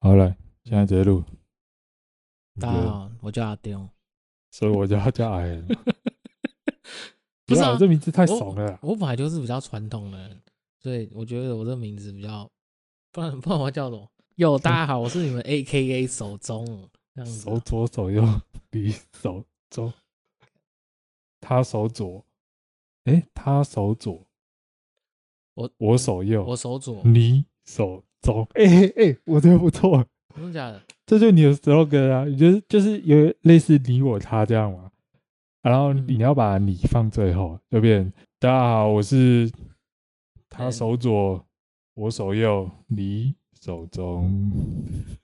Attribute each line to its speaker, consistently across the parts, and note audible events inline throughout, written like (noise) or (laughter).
Speaker 1: 好了，现在直接录。
Speaker 2: 大家好，我叫阿丁。
Speaker 1: 所以我就要叫矮人。
Speaker 2: (laughs) 不是啊
Speaker 1: 要我这名字太
Speaker 2: 我
Speaker 1: 怂了啦。
Speaker 2: 我本来就是比较传统的人，所以我觉得我这名字比较，不然不然我要叫什么？哟，大家好，我是你们 A K A 手中这样子啊、
Speaker 1: 手左手右，比手中。他手左，哎、他手左，
Speaker 2: 我
Speaker 1: 我手右，
Speaker 2: 我手左，
Speaker 1: 你手中。哎、欸、哎、我觉得不错，
Speaker 2: 真的假的？
Speaker 1: 这就是你的 slogan 啊。你就是就是有类似你我他这样嘛。然后你
Speaker 2: 嗯
Speaker 1: 要把你放最后，就变大家好，我是他
Speaker 2: 嗯
Speaker 1: 手左，我手右，你手中。
Speaker 2: 嗯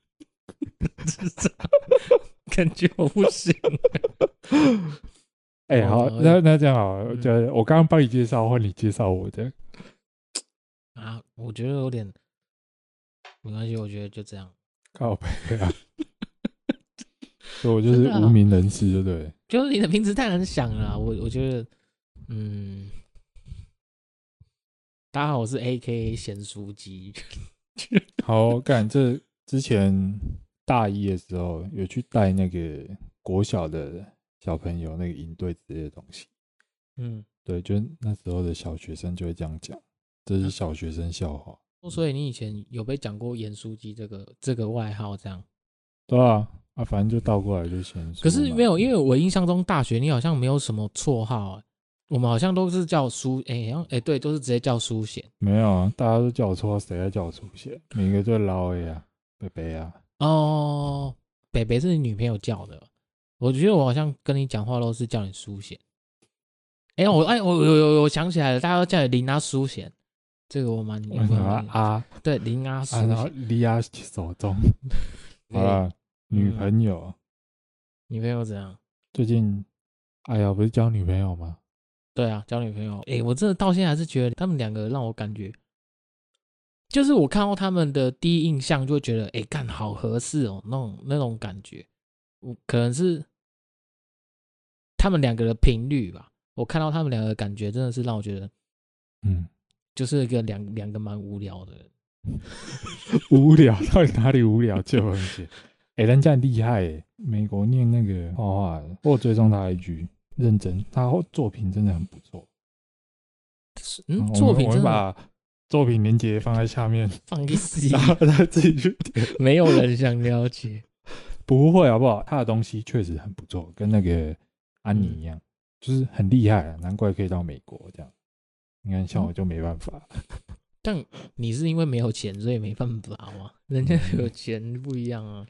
Speaker 2: 感觉我不行。
Speaker 1: 哎、
Speaker 2: 哦
Speaker 1: 好，
Speaker 2: 好
Speaker 1: 那那这样好了，
Speaker 2: 嗯
Speaker 1: 就我刚刚帮你介绍，换你介绍我的。
Speaker 2: (laughs) 啊，我觉得有点没关系，我觉得就这样，
Speaker 1: 靠背啊，
Speaker 2: (laughs)
Speaker 1: 所以我就是
Speaker 2: 真的啊
Speaker 1: 无名人士，对不对？
Speaker 2: 就是你的名字太难想了啊，我我觉得，嗯，大家好，我是 A K A 咸酥鸡，
Speaker 1: 好，干这之前大一的时候有去带那个国小的小朋友那个营队之类的东西，
Speaker 2: 嗯，
Speaker 1: 对，就是那时候的小学生就会这样讲，这是小学生笑话，
Speaker 2: 所以你以前有被讲过盐酥鸡这个这个外号这样？
Speaker 1: 对啊，啊，反正就倒过来就先说
Speaker 2: 可
Speaker 1: 嘛。嗯
Speaker 2: 是没有，因为我印象中大学你好像没有什么绰号、啊，我们好像都是叫苏，哎、好像哎、对，都是直接叫苏贤
Speaker 1: 没有啊，大家都叫我错，谁在叫我出现？每个都捞呀、啊，贝贝啊。
Speaker 2: 哦。北北是你女朋友叫的，我觉得我好像跟你讲话都是叫你苏贤。哎、我哎、我有有有想起来了，大家都叫你林阿苏贤，这个我蛮
Speaker 1: 为什么啊啊
Speaker 2: 对林阿苏
Speaker 1: 啊？然后
Speaker 2: 贤，
Speaker 1: 离啊手中，
Speaker 2: 对
Speaker 1: 好啦，女
Speaker 2: 嗯
Speaker 1: 朋友
Speaker 2: 女朋友怎样？
Speaker 1: 最近，哎呀，不是交女朋友吗？
Speaker 2: 对啊，交女朋友。诶，我真的到现在还是觉得他们两个让我感觉，就是我看到他们的第一印象就会觉得，诶，干好合适哦，那种那种感觉。我可能是他们两个的频率吧，我看到他们两个的感觉真的是让我觉得，
Speaker 1: 嗯，
Speaker 2: 就是一个两两个蛮无聊的人。
Speaker 1: 无聊，到底哪里无聊？这东
Speaker 2: (laughs)
Speaker 1: 西，哎，人家很厉害哎，美国念那个画画的，我有追踪他一句，认真，他作品真的很不错。
Speaker 2: 嗯，
Speaker 1: 我
Speaker 2: 作
Speaker 1: 们
Speaker 2: 品
Speaker 1: 我
Speaker 2: 真
Speaker 1: 们
Speaker 2: 的
Speaker 1: 把作品链接放在下面，(laughs)
Speaker 2: 放一死，
Speaker 1: 然后他自己去点。
Speaker 2: (laughs) 没有人想了解。
Speaker 1: 不会好不好？他的东西确实很不错，跟那个安妮
Speaker 2: 嗯
Speaker 1: 一样，就是很厉害、啊，难怪可以到美国这样。你看，
Speaker 2: 嗯
Speaker 1: 像我就没办法，
Speaker 2: 但你是因为没有钱，所以没办法嘛，人家
Speaker 1: 嗯
Speaker 2: 有钱不一样啊。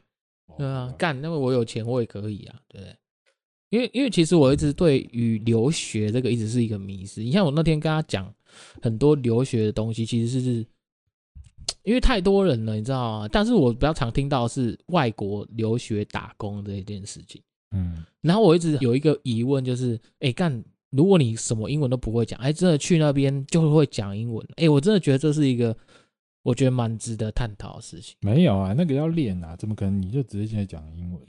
Speaker 2: 对啊，干，那么我有钱我也可以啊，对不对？因为因为其实我一直对于留学这个一直是一个迷思。你看我那天跟他讲很多留学的东西，其实是因为太多人了，你知道吗？但是我比较常听到的是外国留学打工这一件事情。
Speaker 1: 嗯，
Speaker 2: 然后我一直有一个疑问，就是，哎，干，如果你什么英文都不会讲，哎，真的去那边就会讲英文，哎，我真的觉得这是一个我觉得蛮值得探讨的事情。
Speaker 1: 没有啊，那个要练啊，怎么可能你就直接现在讲英文？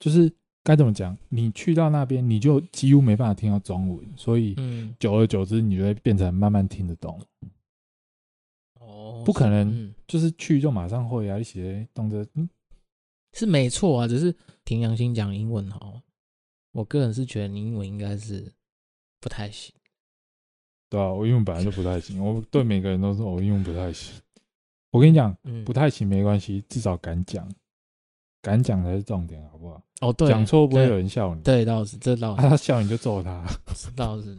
Speaker 1: 就是该怎么讲，你去到那边你就几乎没办法听到中文，所以
Speaker 2: 嗯，
Speaker 1: 久而久之，你就会变成慢慢听得懂，
Speaker 2: 哦
Speaker 1: 不可能
Speaker 2: 嗯。
Speaker 1: 就是去就马上会啊，一些动辄嗯
Speaker 2: 是没错啊，只是凭良心讲英文好。我个人是觉得你英文应该是不太行，
Speaker 1: 对啊，我英文本来就不太行，我对每个人都说我英文不太行。我跟你讲，
Speaker 2: 嗯，
Speaker 1: 不太行没关系，至少敢讲，敢讲才是重点，好不好？
Speaker 2: 哦，对，
Speaker 1: 讲错不会
Speaker 2: 对
Speaker 1: 有人笑你，
Speaker 2: 对，倒是这倒
Speaker 1: 啊，
Speaker 2: 是
Speaker 1: 他笑你就揍他，
Speaker 2: 这倒
Speaker 1: (laughs)
Speaker 2: 是，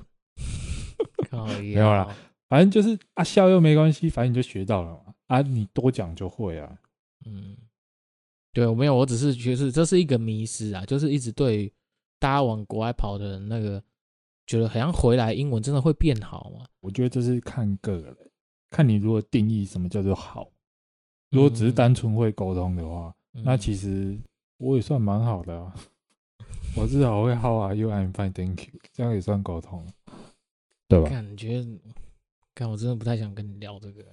Speaker 2: 靠没
Speaker 1: 有啦，反正就是啊，笑又没关系，反正你就学到了嘛，啊，你多讲就会啊，
Speaker 2: 嗯，对我没有，我只是觉得这是一个迷失啊，就是一直对于大家往国外跑的人那个，觉得好像回来英文真的会变好嘛？
Speaker 1: 我觉得这是看个人，看你如何定义什么叫做好。如果只是
Speaker 2: 嗯
Speaker 1: 单纯会沟通的话，那
Speaker 2: 嗯
Speaker 1: 其实我也算蛮好的啊， (laughs) 我至少会 How are you? I'm fine, thank you，这样也算沟通，对吧？
Speaker 2: 感觉，看我真的不太想跟你聊这个，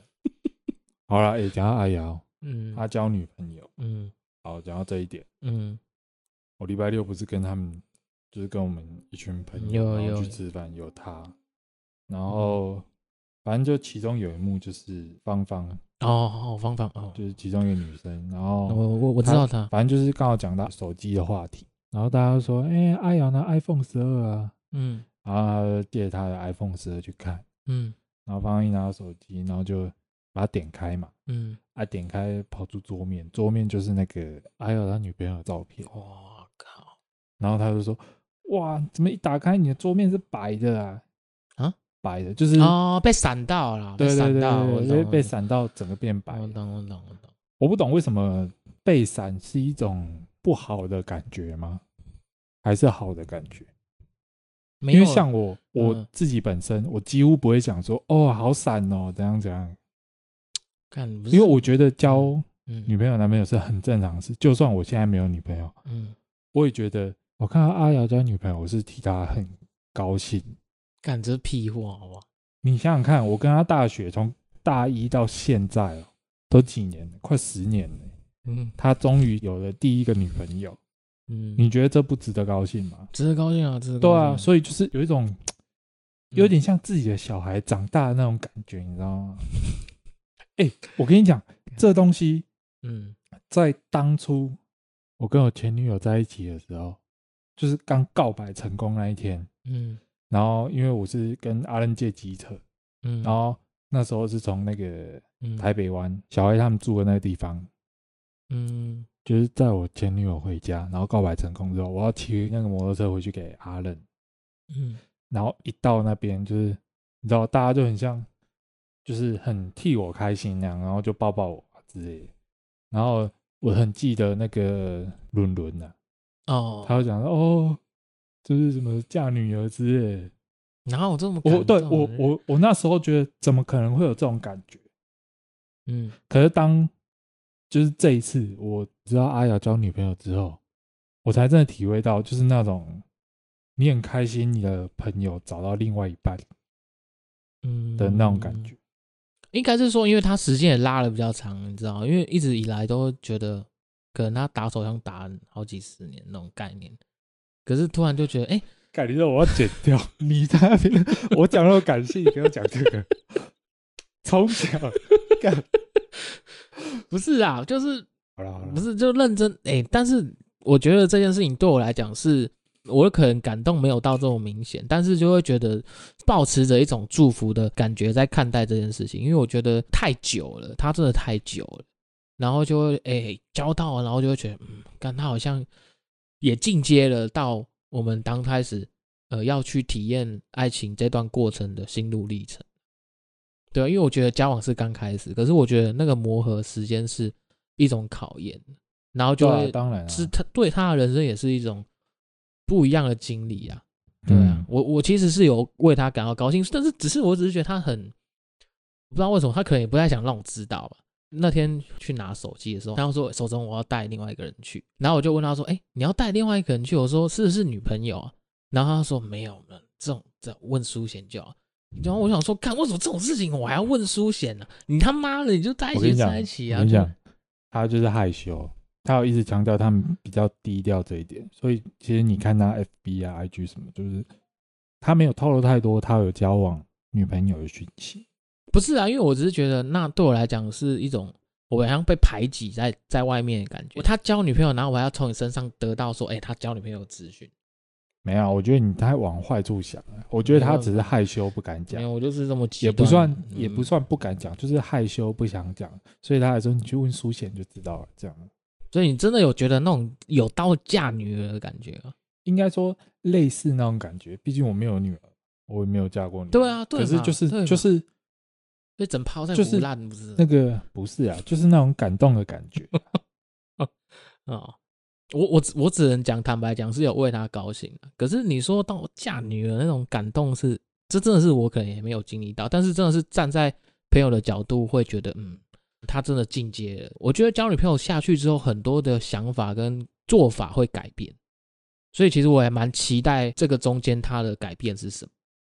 Speaker 1: 好啦，诶，讲到阿瑶，
Speaker 2: 嗯，
Speaker 1: 她交女朋友，
Speaker 2: 嗯
Speaker 1: 好，讲到这一点。
Speaker 2: 嗯
Speaker 1: 我礼拜六不是跟他们，就是跟我们一群朋
Speaker 2: 有
Speaker 1: 友，然后
Speaker 2: 有嗯
Speaker 1: 去吃饭，有他，然后反正就其中有一幕就是芳芳
Speaker 2: 哦，好方法哦，
Speaker 1: 就是其中一个女生，然后
Speaker 2: 我我我知道他，
Speaker 1: 反正就是刚好讲到手机的话题，然后大家就说，哎、阿瑶拿 iPhone 十二啊，
Speaker 2: 嗯
Speaker 1: 然后她就借她的 iPhone 十二去看，
Speaker 2: 嗯
Speaker 1: 然后方一拿到手机，然后就把它点开嘛，
Speaker 2: 嗯，
Speaker 1: 啊，点开跑出桌面，桌面就是那个阿瑶她女朋友的照片，
Speaker 2: 我靠，
Speaker 1: 然后他就说，哇，怎么一打开你的桌面是白的啊？
Speaker 2: 啊，
Speaker 1: 白的，就是、
Speaker 2: 哦，被闪到了，
Speaker 1: 对
Speaker 2: 被
Speaker 1: 对
Speaker 2: 闪
Speaker 1: 对
Speaker 2: 到，
Speaker 1: 对
Speaker 2: 我
Speaker 1: 对，
Speaker 2: 懂
Speaker 1: 就是被
Speaker 2: 我
Speaker 1: 闪到整个变白
Speaker 2: 懂，我。懂我懂我懂，
Speaker 1: 我不懂为什么被闪是一种不好的感觉吗？还是好的感觉？
Speaker 2: 没
Speaker 1: 因为
Speaker 2: 有
Speaker 1: 像我我
Speaker 2: 嗯
Speaker 1: 自己本身，我几乎不会想说哦好闪哦怎样怎样，
Speaker 2: 看，不是
Speaker 1: 因为我觉得交
Speaker 2: 嗯
Speaker 1: 女朋友男朋友是很正常的事。就算我现在没有女朋友，
Speaker 2: 嗯，
Speaker 1: 我也觉得我看到阿瑶交女朋友，我是替她很高兴。
Speaker 2: 干这是屁话好不好？
Speaker 1: 你想想看，我跟她大学从大一到现在哦，都几年了，快十年了。
Speaker 2: 嗯
Speaker 1: 她终于有了第一个女朋友，
Speaker 2: 嗯，
Speaker 1: 你觉得这不值得高兴吗？
Speaker 2: 值得高兴啊，值得
Speaker 1: 对
Speaker 2: 高
Speaker 1: 啊，
Speaker 2: 兴
Speaker 1: 所以就是有一种
Speaker 2: 嗯
Speaker 1: 有点像自己的小孩长大的那种感觉，你知道吗？哎、我跟你讲，这东西
Speaker 2: 嗯
Speaker 1: 在当初我跟我前女友在一起的时候，就是刚告白成功那一天，
Speaker 2: 嗯
Speaker 1: 然后因为我是跟阿仁借机车，
Speaker 2: 嗯，
Speaker 1: 然后那时候是从那个
Speaker 2: 嗯
Speaker 1: 台北湾小黑他们住的那个地方，
Speaker 2: 嗯
Speaker 1: 就是载我前女友回家，然后告白成功之后，我要骑那个摩托车回去给阿仁。
Speaker 2: 嗯
Speaker 1: 然后一到那边就是，你知道，大家就很像，就是很替我开心那样，然后就抱抱我啊之类的。然后我很记得那个伦伦呐、
Speaker 2: 哦，
Speaker 1: 他会讲说哦，就是什么嫁女儿之类的。
Speaker 2: 哪有这么
Speaker 1: 我
Speaker 2: 感
Speaker 1: 对
Speaker 2: 动啊欸
Speaker 1: 我
Speaker 2: 的
Speaker 1: 我我那时候觉得怎么可能会有这种感觉？
Speaker 2: 嗯
Speaker 1: 可是当就是这一次我知道阿瑶交女朋友之后，我才真的体会到，就是那种你很开心你的朋友找到另外一半
Speaker 2: 嗯
Speaker 1: 的那种感觉。
Speaker 2: 应该是说，因为他时间也拉的比较长，你知道，因为一直以来都觉得，可能他打手枪打好几十年那种概念，可是突然就觉得，哎、
Speaker 1: 感觉我要剪掉， (laughs) 你在那边，我讲那么感性，你不要讲这 (laughs) 个。从小干，
Speaker 2: 不是啊，就是
Speaker 1: 好了好
Speaker 2: 不
Speaker 1: 了，
Speaker 2: 是就认真，哎、但是我觉得这件事情对我来讲是，我可能感动没有到这么明显，但是就会觉得保持着一种祝福的感觉在看待这件事情，因为我觉得太久了，他真的太久了，然后就会哎、交到了，然后就会觉得，嗯，干他好像也进阶了到我们刚开始呃要去体验爱情这段过程的心路历程。对啊，因为我觉得交往是刚开始，可是我觉得那个磨合时间是一种考验，然后就
Speaker 1: 对啊
Speaker 2: 会
Speaker 1: 当然啊
Speaker 2: 是他对他的人生也是一种不一样的经历啊。对啊，
Speaker 1: 嗯
Speaker 2: 我我其实是有为他感到高兴，但是只是我只是觉得他很，不知道为什么他可能也不太想让我知道吧。那天去拿手机的时候，他就说手中我要带另外一个人去，然后我就问他说，哎、你要带另外一个人去？我说是不是女朋友啊？然后他说没有，这种这种问苏贤就好。然后我想说，干为什么这种事情我还要问苏贤呢、你他妈的你就在一
Speaker 1: 我跟
Speaker 2: 起
Speaker 1: 你
Speaker 2: 就
Speaker 1: 讲
Speaker 2: 在一起
Speaker 1: 我
Speaker 2: 啊！
Speaker 1: 跟你
Speaker 2: 就
Speaker 1: 讲，他就是害羞，他有一直强调他们比较低调这一点，所以其实你看他 FB 啊、IG 什么，就是他没有透露太多，他有交往女朋友的讯息。
Speaker 2: 不是啊，因为我只是觉得那对我来讲是一种我好像被排挤在在外面的感觉。他交女朋友，然后我还要从你身上得到说，哎、他交女朋友的资讯。
Speaker 1: 没有，我觉得你太往坏处想了。我觉得他只是害羞不敢
Speaker 2: 没啊
Speaker 1: 讲，
Speaker 2: 有，我就是这么极
Speaker 1: 也
Speaker 2: 端
Speaker 1: 不算
Speaker 2: 嗯
Speaker 1: 也不算不敢讲，就是害羞不想讲，所以他还说你去问苏贤就知道了，这样。
Speaker 2: 所以你真的有觉得那种有刀架女儿的感觉啊？
Speaker 1: 应该说类似那种感觉。毕竟我没有女儿，我也没有嫁过女儿。
Speaker 2: 对啊对
Speaker 1: 可是
Speaker 2: 嘛对
Speaker 1: 就是
Speaker 2: 嘛
Speaker 1: 就是
Speaker 2: 被整泡在
Speaker 1: 就是
Speaker 2: 腐烂，不是？
Speaker 1: 那个不是啊，就是那种感动的感觉。
Speaker 2: 哦，我我只我只能讲，坦白讲是有为他高兴啊。可是你说到嫁女儿那种感动是，这真的是我可能也没有经历到，但是真的是站在朋友的角度会觉得，嗯，他真的进阶了。我觉得交女朋友下去之后，很多的想法跟做法会改变，所以其实我也蛮期待这个中间他的改变是什么。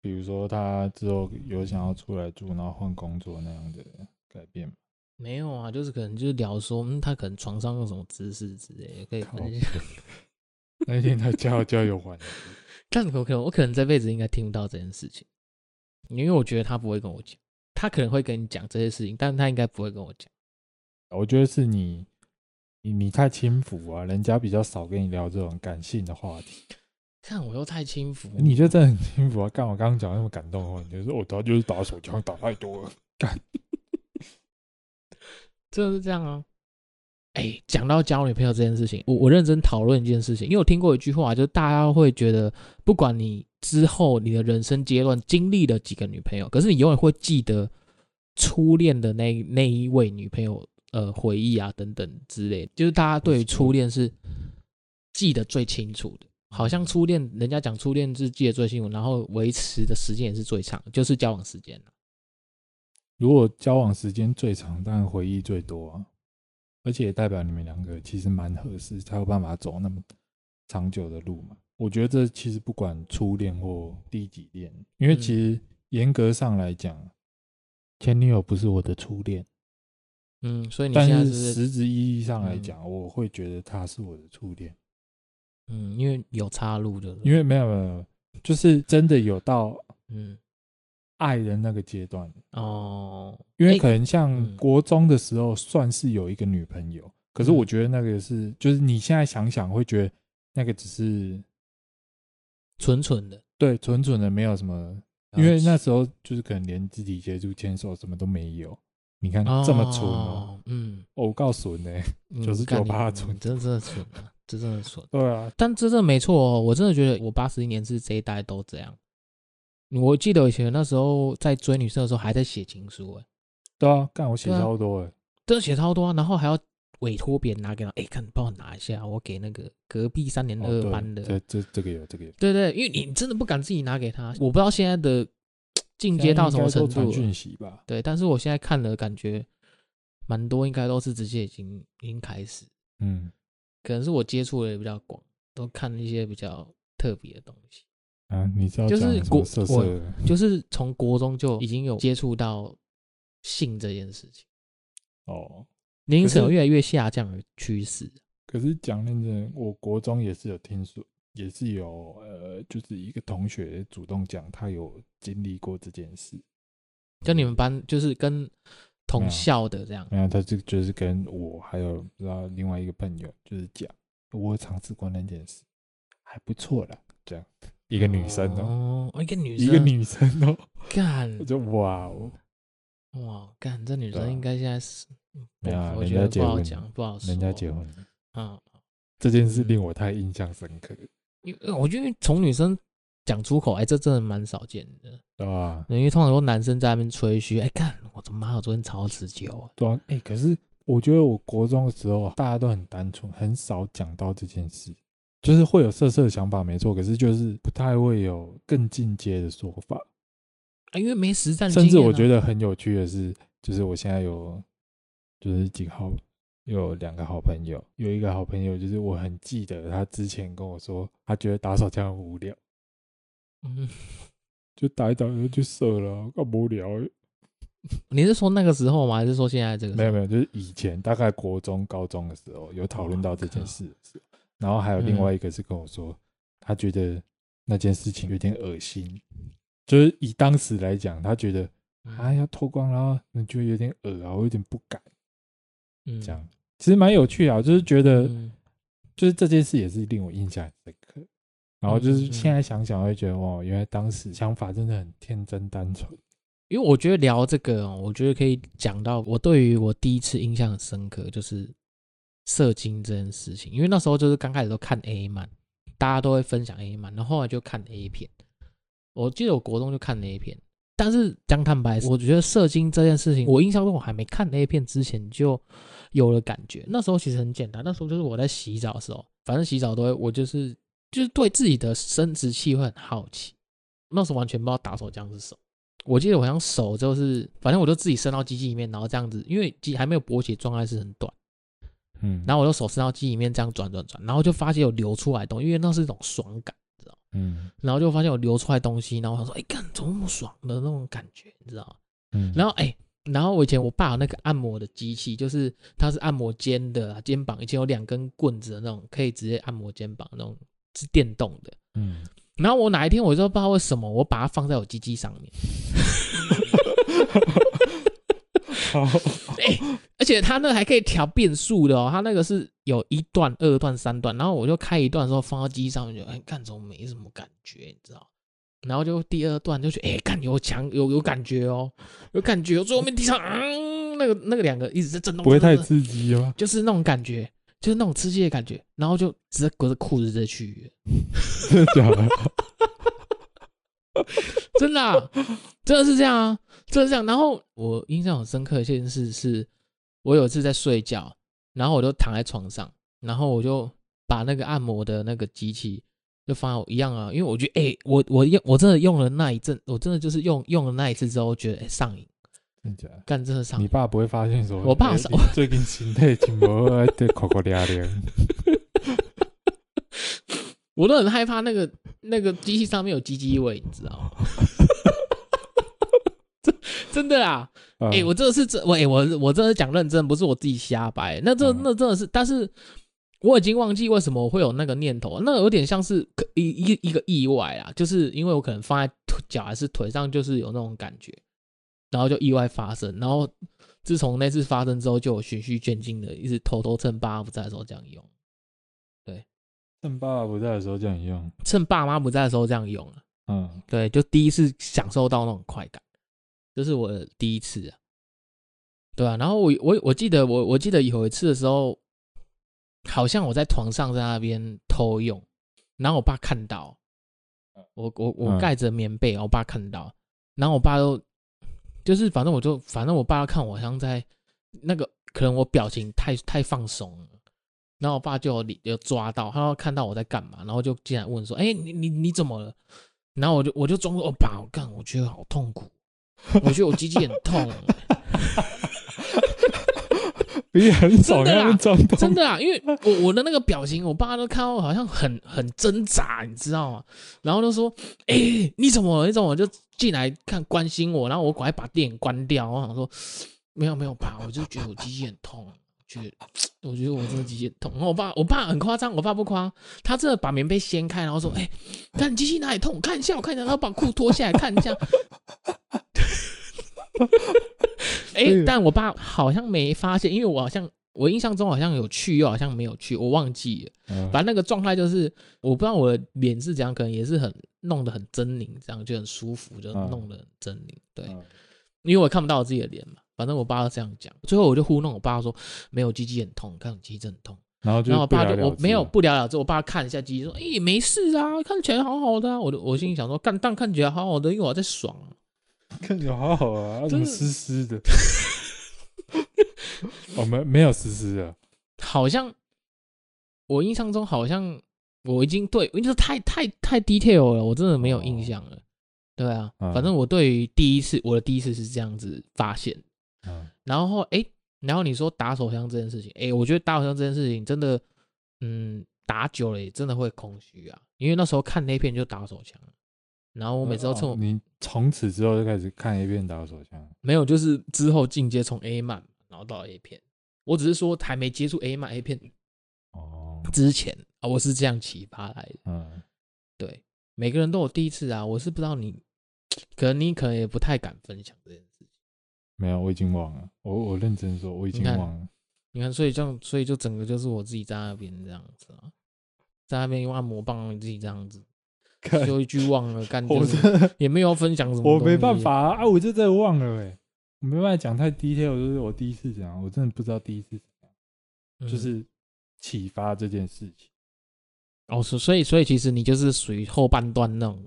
Speaker 1: 比如说他之后有想要出来住，然后换工作那样的改变。
Speaker 2: 没有啊，就是可能就是聊说，嗯，他可能床上用什么姿势之类的，可以
Speaker 1: 靠
Speaker 2: 分享。
Speaker 1: 那天他加油加油完了，
Speaker 2: 但我可能我可能这辈子应该听不到这件事情，因为我觉得他不会跟我讲。他可能会跟你讲这些事情，但是他应该不会跟我讲。
Speaker 1: 我觉得是你你你太轻浮啊，人家比较少跟你聊这种感性的话题。
Speaker 2: 看我又太轻浮，
Speaker 1: 你就真的很轻浮啊！干我刚刚讲那么感动的话，你就说哦，他就是打手枪打太多了。
Speaker 2: 真的是这样啊。哎，讲到交女朋友这件事情，我我认真讨论一件事情，因为我听过一句话，就是大家会觉得，不管你之后你的人生阶段经历了几个女朋友，可是你永远会记得初恋的那那一位女朋友，呃，回忆啊等等之类的，就是大家对于初恋是记得最清楚的。好像初恋，人家讲初恋是记得最清楚，然后维持的时间也是最长，就是交往时间、啊、
Speaker 1: 如果交往时间最长，当然回忆最多啊，而且也代表你们两个其实蛮合适，才有办法走那么长久的路嘛。我觉得这其实不管初恋或第几恋，因为
Speaker 2: 嗯
Speaker 1: 其实严格上来讲，前女友不是我的初恋，
Speaker 2: 嗯，所以你现在
Speaker 1: 但
Speaker 2: 就是是
Speaker 1: 实质意义上来
Speaker 2: 嗯
Speaker 1: 讲，我会觉得她是我的初恋。
Speaker 2: 嗯，因为有岔路的，
Speaker 1: 因
Speaker 2: 为
Speaker 1: 为没有没有没有，就是真的有到
Speaker 2: 嗯
Speaker 1: 爱的那个阶段，
Speaker 2: 哦，
Speaker 1: 因为
Speaker 2: 哎
Speaker 1: 可能像
Speaker 2: 嗯
Speaker 1: 国中的时候算是有一个女朋友，可是我
Speaker 2: 嗯
Speaker 1: 觉得那个是，就是你现在想想会觉得那个只是
Speaker 2: 蠢蠢的，
Speaker 1: 对纯纯的没有什么，因为那时候就是可能连肢体接触、牵手什么都没有。你看这么纯哦，
Speaker 2: 哦，嗯，
Speaker 1: 我告诉你，
Speaker 2: 嗯
Speaker 1: 99
Speaker 2: 干你
Speaker 1: 趴
Speaker 2: 嗯
Speaker 1: 蠢
Speaker 2: 真的真的蠢啊，这 (laughs) 真的蠢。
Speaker 1: 对啊，
Speaker 2: 但这真的没错哦，我真的觉得我八十一年是这一代都这样。我记得我以前那时候在追女生的时候，还在写情书，哎，
Speaker 1: 对啊，干我写
Speaker 2: 对啊
Speaker 1: 超多的，哦
Speaker 2: 真的写超多、啊，然后还要委托别人拿给他，哎，看你帮我拿一下，我给那个隔壁三年
Speaker 1: 哦
Speaker 2: 二班
Speaker 1: 对，
Speaker 2: 的，
Speaker 1: 这这这个有这个有，
Speaker 2: 对对，因为你真的不敢自己拿给他，我不知道现在的进阶到什
Speaker 1: 现
Speaker 2: 么
Speaker 1: 在
Speaker 2: 程
Speaker 1: 应该都
Speaker 2: 度
Speaker 1: 传
Speaker 2: 了，
Speaker 1: 讯息吧，
Speaker 2: 对，但是我现在看了，感觉蛮多应该都是直接已经已经开始，
Speaker 1: 嗯，
Speaker 2: 可能是我接触的也比较广，都看一些比较特别的东西，
Speaker 1: 啊，你知道
Speaker 2: 就是
Speaker 1: 讲什
Speaker 2: 国
Speaker 1: 么色
Speaker 2: 我
Speaker 1: 色的？
Speaker 2: 就是从国中就已经有接触到性这件事情，
Speaker 1: 哦，
Speaker 2: 年龄
Speaker 1: 可
Speaker 2: 层有
Speaker 1: 是
Speaker 2: 越来越下降的趋势。
Speaker 1: 可是讲认真，我国中也是有听说，也是有呃，就是一个同学主动讲他有经历过这件事，
Speaker 2: 跟你们班就是跟
Speaker 1: 没
Speaker 2: 同
Speaker 1: 有
Speaker 2: 校的这样，
Speaker 1: 然后他就就是跟我还有不知道另外一个朋友就是讲，我有尝试过那件事，还不错啦，这样一
Speaker 2: 一
Speaker 1: 个女生哦、
Speaker 2: 哦，一个女生，
Speaker 1: 一个女生哦、
Speaker 2: 干
Speaker 1: 我就哇哦，
Speaker 2: 哇干，这女
Speaker 1: 对
Speaker 2: 生
Speaker 1: 啊
Speaker 2: 应该现在是，
Speaker 1: 没有啊
Speaker 2: 我
Speaker 1: 人
Speaker 2: 觉
Speaker 1: 家
Speaker 2: 得
Speaker 1: 结
Speaker 2: 不好
Speaker 1: 婚
Speaker 2: 讲，不好说，
Speaker 1: 人家结婚了
Speaker 2: 嗯，
Speaker 1: 这件事令我太印象深刻，
Speaker 2: 因为我觉得从女生讲出口，哎，这真的蛮少见的。
Speaker 1: 对吧？
Speaker 2: 因为通常都男生在那边吹嘘，哎，干我的妈，我昨天超持久啊，
Speaker 1: 对啊，哎、可是我觉得我国中的时候啊，大家都很单纯，很少讲到这件事，就是会有色色的想法，没错，可是就是不太会有更进阶的说法。
Speaker 2: 啊因为没实战经
Speaker 1: 甚
Speaker 2: 验啊、
Speaker 1: 至我觉
Speaker 2: 得
Speaker 1: 得很有趣的是，就是我现在有，就是几个好，有两个好朋友，有一个好朋友就是我很记得他之前跟我说，他觉得打手枪很无聊，
Speaker 2: 嗯，
Speaker 1: 就打一打就去射了啊，干无聊欸。
Speaker 2: 你是说那个时候吗？还是说现在这个时候？
Speaker 1: 没有没有，就是以前大概国中、高中的时候有讨论到这件事的时
Speaker 2: 哦
Speaker 1: 候，然后还有另外
Speaker 2: 嗯
Speaker 1: 一个是跟我说，他觉得那件事情有点恶心，就是以当时来讲，他觉得
Speaker 2: 嗯
Speaker 1: 啊要脱光了，你觉得有点恶啊，我有点不敢
Speaker 2: 嗯
Speaker 1: 这样。其实蛮有趣啊，就是觉得
Speaker 2: 嗯
Speaker 1: 就是这件事也是令我印象很深刻。然后就是
Speaker 2: 嗯嗯
Speaker 1: 现在想想，会觉得哇，原来当时想法真的很天真单纯。
Speaker 2: 因为我觉得聊这个、哦，我觉得可以讲到我对于我第一次印象很深刻，就是射精这件事情。因为那时候就是刚开始都看 A 漫，大家都会分享 A 漫，然后后来就看 A 片。我记得我国中就看 A 片，但是讲坦白，我觉得射精这件事情，我印象中我还没看 A 片之前就有了感觉。那时候其实很简单，那时候就是我在洗澡的时候，反正洗澡都会，我就是就是对自己的生殖器会很好奇。那时候完全不知道打手枪是什么。我记得我好像手就是，反正我就自己伸到机器里面，然后这样子，因为机还没有勃起，状态是很短，
Speaker 1: 嗯，
Speaker 2: 然后我就手伸到机里面这样转转转，然后就发现有流出来的东西，因为那是一种爽感，
Speaker 1: 嗯
Speaker 2: 然后就发现有流出来的东西，然后我想说，哎、干怎么那么爽的那种感觉，你知道吗？
Speaker 1: 嗯，
Speaker 2: 然
Speaker 1: 后
Speaker 2: 后哎、然后我以前我爸有那个按摩的机器，就是它是按摩肩的啊，肩膀，以前有两根棍子的那种，可以直接按摩肩膀那种，是电动的。 (laughs)
Speaker 1: 嗯，
Speaker 2: 然后我哪一天我就不知道为什么，我把它放在我鸡鸡上面。
Speaker 1: 好，
Speaker 2: 而且他那还可以调变速的哦，他那个是有一段、二段、三段，然后我就开一段的时候放到机上面，就哎，干怎么没什么感觉，你知道？然后就第二段就觉得，哎，干有强有有感觉哦，有感觉哦，最后面地上，嗯，那个那个两个一直在震动，
Speaker 1: 不会太
Speaker 2: 震动
Speaker 1: 刺激吗？
Speaker 2: 就是那种感觉，就是那种刺激的感觉，然后就直接隔着裤子直接去医院，
Speaker 1: 真的假的？
Speaker 2: 真的啊、真的是这样啊，真的是这样。然后我印象很深刻的一件事是，我有一次在睡觉，然后我就躺在床上，然后我就把那个按摩的那个机器就放在我一样啊，因为我觉得，哎、我我用我真的用了那一阵，我真的就是用用了那一次之后，觉得哎、诶上瘾，
Speaker 1: 真的假的？
Speaker 2: 干真的上
Speaker 1: 你
Speaker 2: 瘾。
Speaker 1: 爸不会发现说，
Speaker 2: 我爸
Speaker 1: 欸
Speaker 2: 是
Speaker 1: 你最近心态挺不好，对，口口俩俩。
Speaker 2: 我都很害怕那个那个机器上面有鸡鸡味，你知道吗？ (laughs) 真真的啦，
Speaker 1: 哎
Speaker 2: (laughs) 哎、我这是真，我、欸、我我真的讲认真，不是我自己瞎掰。那这
Speaker 1: 嗯
Speaker 2: 那真的是，但是我已经忘记为什么我会有那个念头，那有点像是可一一一个意外啦，就是因为我可能放在腿脚还是腿上，就是有那种感觉，然后就意外发生。然后自从那次发生之后，就有循序渐进的，一直偷偷趁爸妈不在的时候这样用，
Speaker 1: 趁爸爸不在的时候这样用，
Speaker 2: 趁爸妈不在的时候这样用啊。 (laughs)
Speaker 1: 嗯，
Speaker 2: 对，就第一次享受到那种快感，这是我的第一次啊，对啊，然后我我我记得我我记得有一次的时候，好像我在床上在那边偷用，然后我爸看到，我我我
Speaker 1: 嗯
Speaker 2: 盖着棉被，我爸看到，然后我爸就就是反正我就反正我爸看我好像在那个可能我表情太太放松了。然后我爸就有理有抓到，他看到我在干嘛，然后就进来问说：“哎、你你你怎么了？”然后我就我就装作哦爸，我干，我觉得好痛苦，我觉得我鸡鸡很痛，
Speaker 1: 你很爽，
Speaker 2: 真的啦
Speaker 1: 那装懂
Speaker 2: 真的啊，因为我我的那个表情，我爸都看到我好像很很挣扎，你知道吗？然后就说：“哎、你怎么了？你怎么了就进来看关心我？”然后我赶快把电关掉，我想说：“没有没有爸，我就觉得我鸡鸡很痛。”觉得，我觉得我真的鸡鸡很痛。然后我爸，我爸很夸张，我爸不夸，他真的把棉被掀开，然后说：“哎、看你鸡鸡哪里痛？我看一下，我看一下。”然后把裤脱下来看一下。 (laughs) 哎、
Speaker 1: 对
Speaker 2: 但我爸好像没发现，因为我好像我印象中好像有去，又好像没有去，我忘记了。
Speaker 1: 嗯
Speaker 2: 反正那个状态就是，我不知道我的脸是怎样，可能也是很弄得很狰狞，这样就很舒服，就
Speaker 1: 嗯
Speaker 2: 弄得很狰狞。对，
Speaker 1: 嗯
Speaker 2: 因为我看不到我自己的脸嘛。反正我爸这样讲，最后我就糊弄我爸说没有鸡鸡很痛，看我鸡鸡真的很痛。
Speaker 1: 然后就
Speaker 2: 然后我爸
Speaker 1: 不了
Speaker 2: 就
Speaker 1: 了
Speaker 2: 我
Speaker 1: 之
Speaker 2: 没有
Speaker 1: 了
Speaker 2: 不了了之，我爸看一下鸡鸡说：“哎、没事啊，看起来好好的、啊。”我就我心里想说：“干，但看起来好好的，因为我在爽、啊。
Speaker 1: 看起来好好啊，啊
Speaker 2: 真
Speaker 1: 怎么
Speaker 2: 的
Speaker 1: 湿湿的？ (laughs) 我们没有湿湿的，”
Speaker 2: 好像我印象中好像我已经对，因为这太太太 detail 了，我真的没有印象了。对啊，
Speaker 1: 哦嗯
Speaker 2: 反正我对于第一次我的第一次是这样子发现，
Speaker 1: 嗯，
Speaker 2: 然后哎、诶然后你说打手枪这件事情，哎、我觉得打手枪这件事情真的，嗯，打久了也真的会空虚啊，因为那时候看那片就打手枪，然后我每次都趁我、
Speaker 1: 哦你从此之后就开始看 A 片打手枪，
Speaker 2: 没有，就是之后进阶从 A 漫，然后到 A 片，我只是说还没接触 A 漫 A 片
Speaker 1: 哦，
Speaker 2: 之前啊，我是这样启发来的。
Speaker 1: 嗯，
Speaker 2: 对，每个人都有第一次啊，我是不知道你，可能你可能也不太敢分享这件事。
Speaker 1: 没有，我已经忘了，我我认真说，我已经
Speaker 2: 你看
Speaker 1: 忘
Speaker 2: (laughs)
Speaker 1: 了，
Speaker 2: 你看，所以这样，所以就整个就是我自己在那边这样子啊，在那边用按摩棒自己这样子，
Speaker 1: 看
Speaker 2: 就一句忘了干，就
Speaker 1: 我
Speaker 2: 是
Speaker 1: 真的
Speaker 2: 也没有分享什么，
Speaker 1: 我没办法。啊，啊我就真的忘了哎，我没办法讲太 detail，就是我第一次讲，我真的不知道第一次
Speaker 2: 嗯
Speaker 1: 就是启发这件事情，
Speaker 2: 哦，所所以所以其实你就是属于后半段那种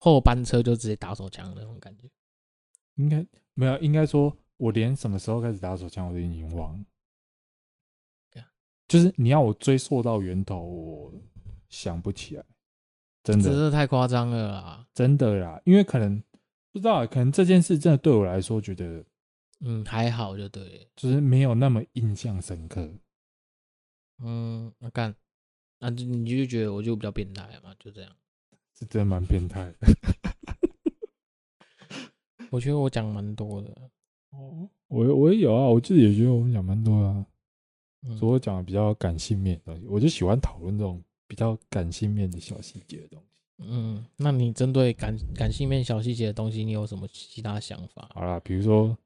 Speaker 2: 后班车就直接打手枪的那种感觉。
Speaker 1: 应该没有，应该说我连什么时候开始打手枪我都已经忘了
Speaker 2: 呀，
Speaker 1: 就是你要我追溯到源头，我想不起来，真
Speaker 2: 真
Speaker 1: 的
Speaker 2: 是太夸张了啦。
Speaker 1: 真的啦，因为可能不知道啊，可能这件事真的对我来说，觉得
Speaker 2: 嗯，还好就对了。
Speaker 1: 就是没有那么印象深刻，
Speaker 2: 嗯，我干，那、就你就觉得我就比较变态嘛，就这样。
Speaker 1: 是真的蛮变态的。
Speaker 2: 我觉得我讲蛮多的，
Speaker 1: 哦，我我也有啊，我自己也觉得我们讲蛮多的啊，
Speaker 2: 嗯
Speaker 1: 所以我讲的比较感性面的东西，我就喜欢讨论这种比较感性面的小细节的东西。
Speaker 2: 嗯，那你针对感感性面小细节的东西，你有什么其他想法？
Speaker 1: 好啦，比如说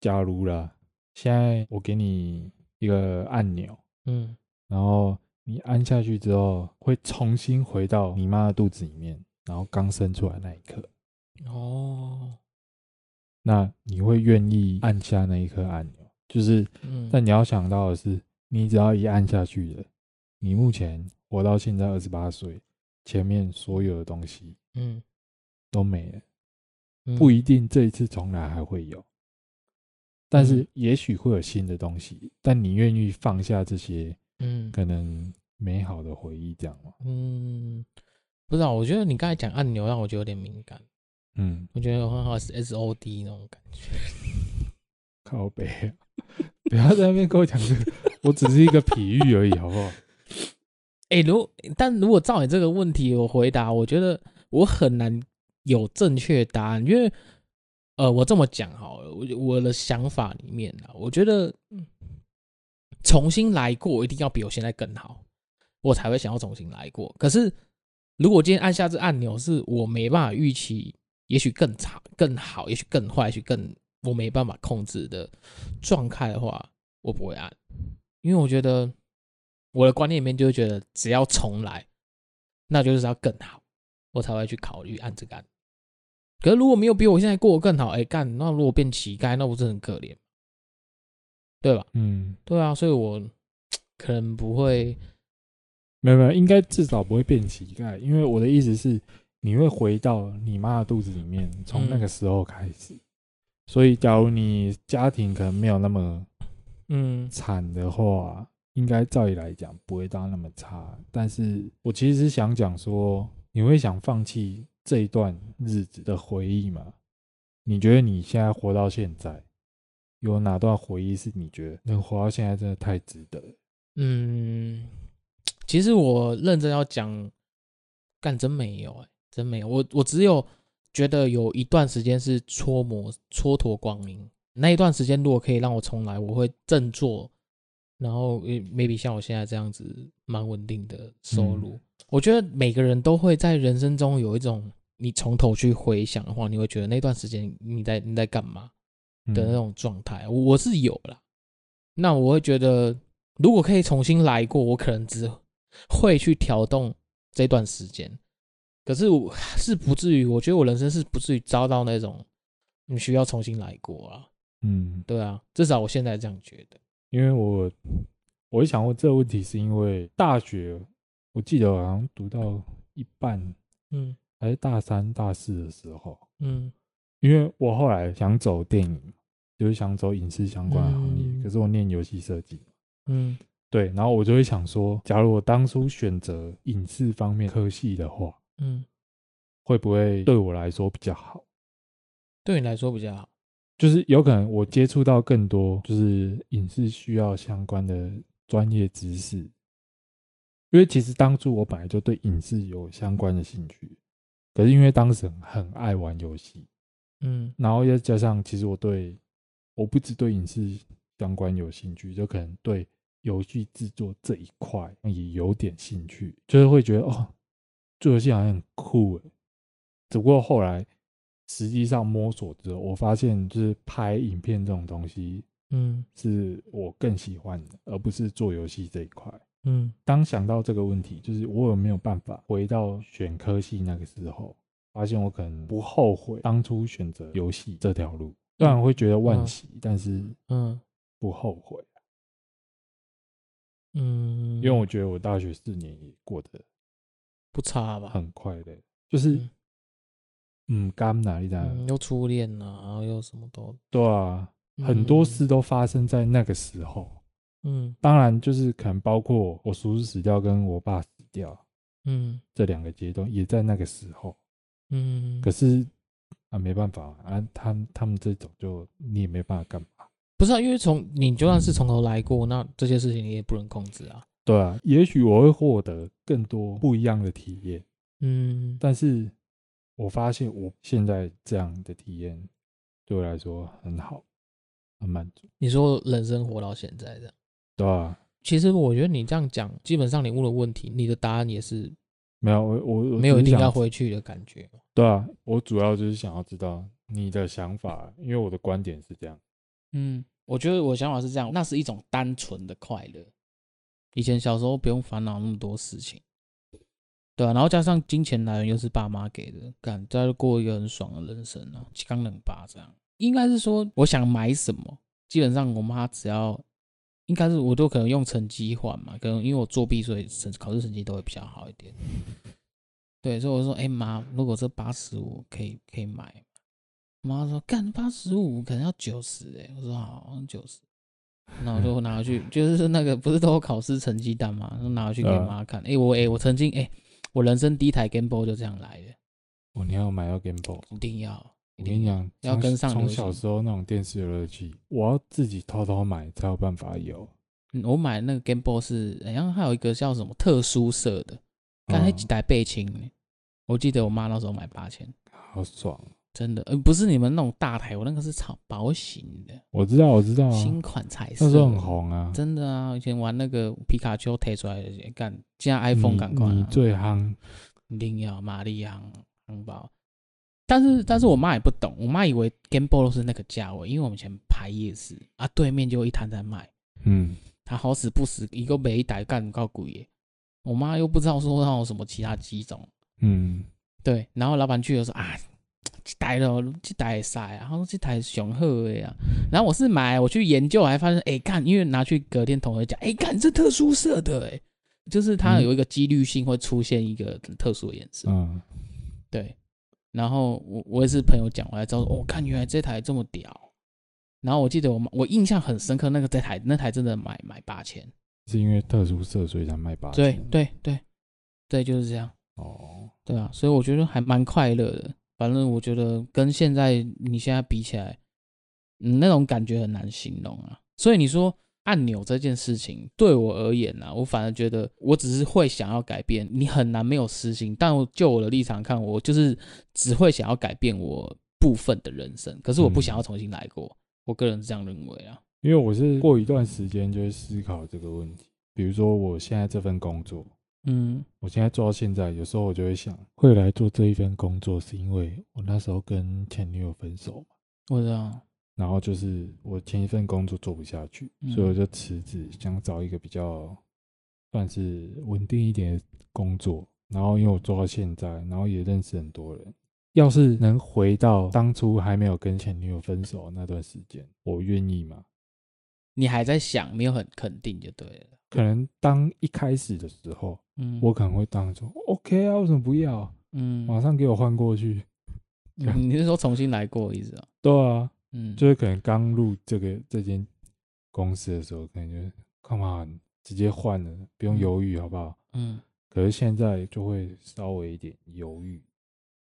Speaker 1: 假如啦，现在我给你一个按钮，
Speaker 2: 嗯，
Speaker 1: 然后你按下去之后，会重新回到你妈的肚子里面，然后刚生出来那一刻，
Speaker 2: 哦，
Speaker 1: 那你会愿意按下那一颗按钮？就是，
Speaker 2: 嗯，
Speaker 1: 但你要想到的是，你只要一按下去了，你目前活到现在二十八岁，前面所有的东西
Speaker 2: 嗯，
Speaker 1: 都没了，
Speaker 2: 嗯
Speaker 1: 不一定这一次重来还会有，但是
Speaker 2: 嗯
Speaker 1: 也许会有新的东西，但你愿意放下这些
Speaker 2: 嗯
Speaker 1: 可能美好的回忆，这样吗？
Speaker 2: 嗯，不知道，我觉得你刚才讲按钮让我觉得有点敏感，
Speaker 1: 嗯，
Speaker 2: 我觉得有很好是 S O D 那种感觉。
Speaker 1: 靠北啊， (laughs) 不要在那边跟我讲这个，我只是一个比喻而已，好不好？
Speaker 2: 哎、如但如果照你这个问题我回答，我觉得我很难有正确答案，因为呃，我这么讲好了，我我的想法里面啊，我觉得嗯重新来过一定要比我现在更好，我才会想要重新来过。可是如果今天按下这按钮，是我没办法预期，也许更差、更好，也许更坏，也许更我没办法控制的状态的话，我不会按，因为我觉得。我的观念里面就会觉得，只要重来，那就是要更好，我才会去考虑按这个按。可是如果没有比我现在过得更好，哎、干，那如果变乞丐，那不是很可怜，对吧？
Speaker 1: 嗯，
Speaker 2: 对啊，所以我可能不会，
Speaker 1: 没有没有，应该至少不会变乞丐，因为我的意思是，你会回到你妈的肚子里面，从那个时候开始。所以，假如你家庭可能没有那么
Speaker 2: 嗯
Speaker 1: 惨的话，应该照理来讲不会到那么差。但是我其实是想讲说，你会想放弃这一段日子的回忆吗？你觉得你现在活到现在，有哪段回忆是你觉得能活到现在真的太值得了？
Speaker 2: 嗯，其实我认真要讲，干真没有、哎，真没有，我我只有觉得有一段时间是搓磨蹉跎光阴，那一段时间如果可以让我重来，我会振作，然后呃 maybe 像我现在这样子蛮稳定的收入，我觉得每个人都会在人生中有一种你从头去回想的话，你会觉得那段时间你在你在干嘛
Speaker 1: 嗯
Speaker 2: 的那种状态，我我是有啦。那我会觉得，如果可以重新来过，我可能只会去调动这段时间。可是我是不至于，我觉得我人生是不至于遭到那种你需要重新来过啊。
Speaker 1: 嗯，
Speaker 2: 对啊，至少我现在这样觉得。
Speaker 1: 因为我我会想问这个问题，是因为大学，我记得我好像读到一半
Speaker 2: 嗯
Speaker 1: 还是大三、大四的时候，
Speaker 2: 嗯
Speaker 1: 因为我后来想走电影，就是想走影视相关的行业，
Speaker 2: 嗯
Speaker 1: 可是我念游戏设计，
Speaker 2: 嗯
Speaker 1: 对，然后我就会想说，假如我当初选择影视方面科系的话，
Speaker 2: 嗯，
Speaker 1: 会不会对我来说比较好？
Speaker 2: 对你来说比较好。
Speaker 1: 就是有可能我接触到更多就是影视需要相关的专业知识，因为其实当初我本来就对影视有相关的兴趣，可是因为当时很很爱玩游戏，
Speaker 2: 嗯
Speaker 1: 然后又加上，其实我对我不只对影视相关有兴趣，就可能对游戏制作这一块也有点兴趣，就是会觉得哦，做游戏好像很酷诶。只不过后来实际上摸索之后，我发现就是拍影片这种东西
Speaker 2: 嗯
Speaker 1: 是我更喜欢的，而不是做游戏这一块。
Speaker 2: 嗯
Speaker 1: 当想到这个问题，就是我有没有办法回到选科系那个时候，发现我可能不后悔当初选择游戏这条路。虽然会觉得惋惜，但是
Speaker 2: 嗯
Speaker 1: 不后悔，
Speaker 2: 嗯，
Speaker 1: 因为我觉得我大学四年也过得
Speaker 2: 不差吧？
Speaker 1: 很快乐，就是
Speaker 2: 嗯
Speaker 1: 嗯，刚哪里的
Speaker 2: 嗯，又初恋了，然后又什么都
Speaker 1: 对啊，很多
Speaker 2: 嗯
Speaker 1: 事都发生在那个时候。
Speaker 2: 嗯
Speaker 1: 当然，就是可能包括我叔叔死掉跟我爸死掉
Speaker 2: 嗯
Speaker 1: 这两个阶段，也在那个时候。
Speaker 2: 嗯，
Speaker 1: 可是啊，没办法啊，他们他们这种就你也没办法干嘛。
Speaker 2: 不是啊，因为从你就算是从头来过，那这些事情你也不能控制啊。
Speaker 1: 对啊，也许我会获得更多不一样的体验，
Speaker 2: 嗯，
Speaker 1: 但是我发现我现在这样的体验对我来说很好，很满足，
Speaker 2: 你说人生活到现在这样，
Speaker 1: 对啊？
Speaker 2: 其实我觉得你这样讲，基本上你问的问题，你的答案也是
Speaker 1: 没有，我我我
Speaker 2: 没有一
Speaker 1: 只是
Speaker 2: 定
Speaker 1: 想
Speaker 2: 要回去的感觉。
Speaker 1: 啊对啊，我主要就是想要知道你的想法，因为我的观点是这样。
Speaker 3: 嗯，
Speaker 2: 我觉得我想法是这样，那是一种单纯的快乐。以前小时候不用烦恼那么多事情，对啊，然后加上金钱来源又是爸妈给的，干，大家就过一个很爽的人生啊，刚冷吧这样。应该是说，我想买什么，基本上我妈只要，应该是我都可能用成绩换嘛，可能因为我作弊，所以成考试成绩都会比较好一点。对，所以我说，哎、妈，如果这八十五可以可以买，妈说干八十五可能要九十哎，我说好九十，那我就拿去，就是那个不是都有考试成绩单嘛，就拿去给
Speaker 1: 嗯
Speaker 2: 妈看。哎、我哎、我曾经哎、我人生第一台 Game Boy 就这样来的，
Speaker 1: 我你要买到 Game Boy，
Speaker 2: 一定要
Speaker 1: 我跟你讲，
Speaker 2: 要
Speaker 1: 嗯从
Speaker 2: 跟上
Speaker 1: 从
Speaker 2: 流行
Speaker 1: 小时候那种电视游乐器，我要自己偷偷买才有办法有。
Speaker 2: 嗯我买那个 Game Boy 是，好像还有一个叫什么特殊色的，刚才
Speaker 1: 嗯
Speaker 2: 几台背青呢。我记得我妈那时候买八千，
Speaker 1: 好爽！
Speaker 2: 真的，呃，不是你们那种大台，我那个是草薄型的，
Speaker 1: 我知道，我知道啊，
Speaker 2: 新款彩色，
Speaker 1: 那时候很，红啊。
Speaker 2: 真的啊！以前玩那个皮卡丘推出来的，干，现在 iPhone
Speaker 1: 你
Speaker 2: 赶快、
Speaker 1: 你嗯
Speaker 2: 啊，
Speaker 1: 最夯，
Speaker 2: 一定要玛丽昂红包。但是，但是我妈也不懂，我妈以为 Game Boy 都是那个价位，因为我们以前排夜市啊，对面就有一摊在卖。
Speaker 1: 嗯，
Speaker 2: 他好死不死一个没打干告鬼耶，我妈又不知道说让有什么其他机种，
Speaker 1: 嗯，
Speaker 2: 对，然后老板去了说啊，这台咯，这台也塞啊，他说这台雄厚的呀、然后我是买，我去研究还发现，哎干，因为拿去隔天同学讲，哎干，这特殊色的哎，就是它
Speaker 1: 嗯
Speaker 2: 有一个几率性会出现一个特殊的颜色，
Speaker 1: 嗯，
Speaker 2: 对，然后我我也是朋友讲，我才知道说，我、哦、看原来这台这么屌，然后我记得我妈我印象很深刻，那个这台那台真的买买八千。
Speaker 1: 是因为特殊色所以才卖八
Speaker 2: 对
Speaker 1: 千。
Speaker 2: 对对，对，就是这样。
Speaker 1: 哦，
Speaker 2: 对啊，所以我觉得还蛮快乐的。反正我觉得跟现在你现在比起来，嗯，那种感觉很难形容啊。所以你说按钮这件事情对我而言啊，我反而觉得我只是会想要改变，你很难没有私心。但我就我的立场看，我就是只会想要改变我部分的人生，可是我不想要重新来过。我个人是这样认为啊。
Speaker 1: 因为我是过一段时间就会思考这个问题，比如说我现在这份工作，
Speaker 2: 嗯
Speaker 1: 我现在做到现在，有时候我就会想，会来做这一份工作是因为我那时候跟前女友分手嘛，
Speaker 2: 我知道。
Speaker 1: 然后就是我前一份工作做不下去，
Speaker 2: 嗯
Speaker 1: 所以我就辞职，想找一个比较算是稳定一点的工作。然后因为我做到现在，然后也认识很多人。要是能回到当初还没有跟前女友分手那段时间，我愿意吗？
Speaker 2: 你还在想，没有很肯定就对了。
Speaker 1: 可能当一开始的时候，
Speaker 2: 嗯，
Speaker 1: 我可能会当做 OK 啊，为什么不要？
Speaker 2: 嗯，
Speaker 1: 马上给我换过去。这样
Speaker 2: 你是说重新来过的意思啊？
Speaker 1: 对啊，
Speaker 2: 嗯，
Speaker 1: 就是可能刚入这个这间公司的时候，可能就是干嘛直接换了，不用
Speaker 2: 嗯
Speaker 1: 犹豫，好不好？
Speaker 2: 嗯
Speaker 1: 可是现在就会稍微一点犹豫，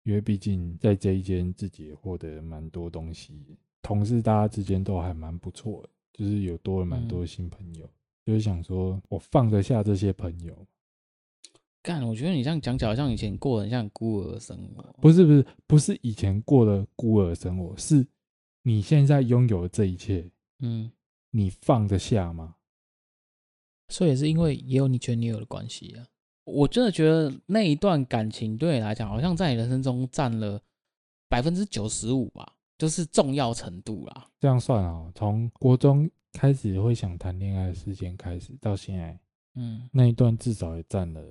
Speaker 1: 因为毕竟在这一间自己也获得蛮多东西，同事大家之间都还蛮不错的，就是有多了蛮多新朋友，就是想说我放得下这些朋友，
Speaker 2: 干，我觉得你这样讲起来，好像以前过得很像孤儿的生活。
Speaker 1: 不是不是不是以前过的孤儿生活，是你现在拥有的这一切，
Speaker 2: 嗯，
Speaker 1: 你放得下吗？
Speaker 3: 所以也是因为也有你前女友的关系啊。
Speaker 2: 我真的觉得那一段感情对你来讲，好像在你人生中占了百分之九十五吧，就是重要程度啦。
Speaker 1: 这样算啊、从国中开始会想谈恋爱的时间开始，到现在
Speaker 2: 嗯
Speaker 1: 那一段至少也占了